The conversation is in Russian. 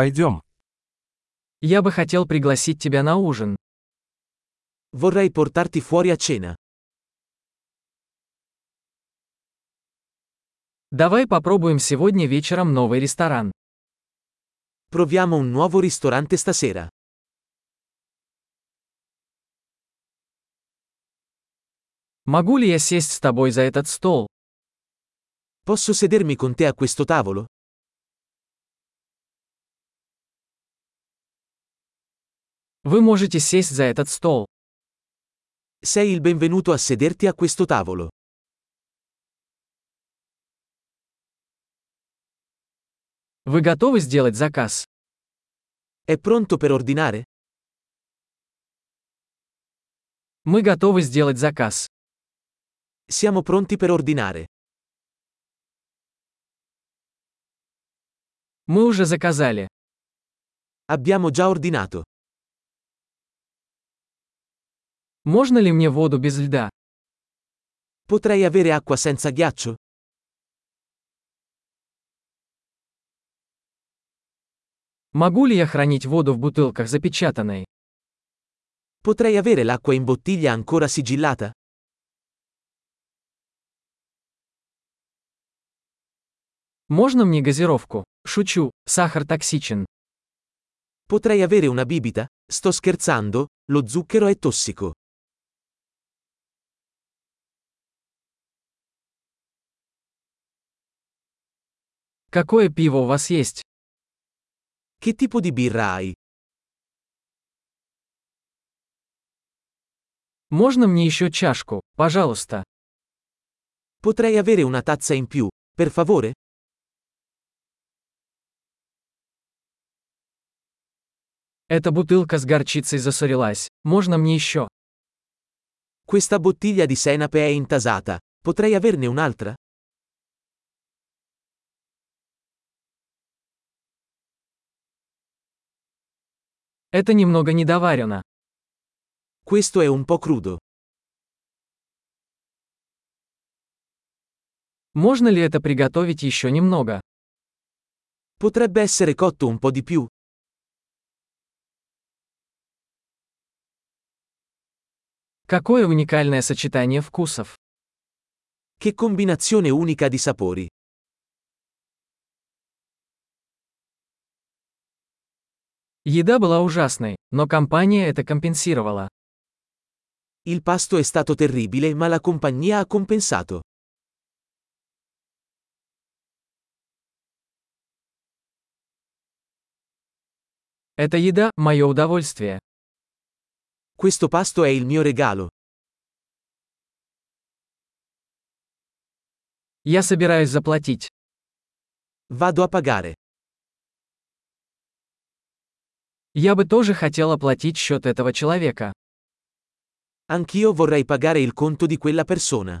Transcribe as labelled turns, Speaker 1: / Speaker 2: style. Speaker 1: Пойдем.
Speaker 2: Я бы хотел пригласить тебя на ужин.
Speaker 3: Vorrei portarti fuori a cena.
Speaker 2: Давай попробуем сегодня вечером новый ресторан.
Speaker 3: Proviamo un nuovo ristorante stasera.
Speaker 2: Могу ли я сесть с тобой за этот стол?
Speaker 3: Posso sedermi con te a questo tavolo?
Speaker 2: Вы можете сесть за этот стол.
Speaker 3: Sei il benvenuto a sederti a questo tavolo.
Speaker 2: Вы готовы сделать заказ?
Speaker 3: È pronto per ordinare?
Speaker 2: Мы готовы сделать заказ.
Speaker 3: Siamo pronti per ordinare.
Speaker 2: Мы уже заказали.
Speaker 3: Abbiamo già ordinato.
Speaker 2: Можно ли мне воду без льда?
Speaker 3: Potrei avere acqua senza ghiaccio?
Speaker 2: Могу ли я хранить воду в бутылках запечатанной?
Speaker 3: Potrei avere l'acqua in bottiglia ancora sigillata?
Speaker 2: Можно мне газировку? Шучу, сахар токсичен.
Speaker 3: Potrei avere una bibita? Sto scherzando, lo zucchero è tossico.
Speaker 2: Какое пиво у вас есть?
Speaker 3: Che tipo di birra hai?
Speaker 2: Можно мне еще чашку, пожалуйста?
Speaker 3: Potrei avere una tazza in più, per favore?
Speaker 2: Эта бутылка с горчицей засорилась. Можно мне еще?
Speaker 3: Questa bottiglia di senape è intasata. Potrei averne un'altra?
Speaker 2: Это немного недоварено.
Speaker 3: Questo è un po' crudo.
Speaker 2: Можно ли это приготовить еще немного?
Speaker 3: Potrebbe essere cotto un po' di più.
Speaker 2: Какое уникальное сочетание вкусов.
Speaker 3: Che combinazione unica di sapori.
Speaker 2: Еда была ужасной, но компания это компенсировала.
Speaker 3: Il pasto è stato terribile ma la compagnia ha compensato.
Speaker 2: Эта еда – мое удовольствие.
Speaker 3: Questo pasto è il mio regalo.
Speaker 2: Я собираюсь заплатить.
Speaker 3: Vado a pagare.
Speaker 2: Я бы тоже хотел оплатить счет этого человека.
Speaker 3: Anch'io vorrei pagare il conto di quella persona.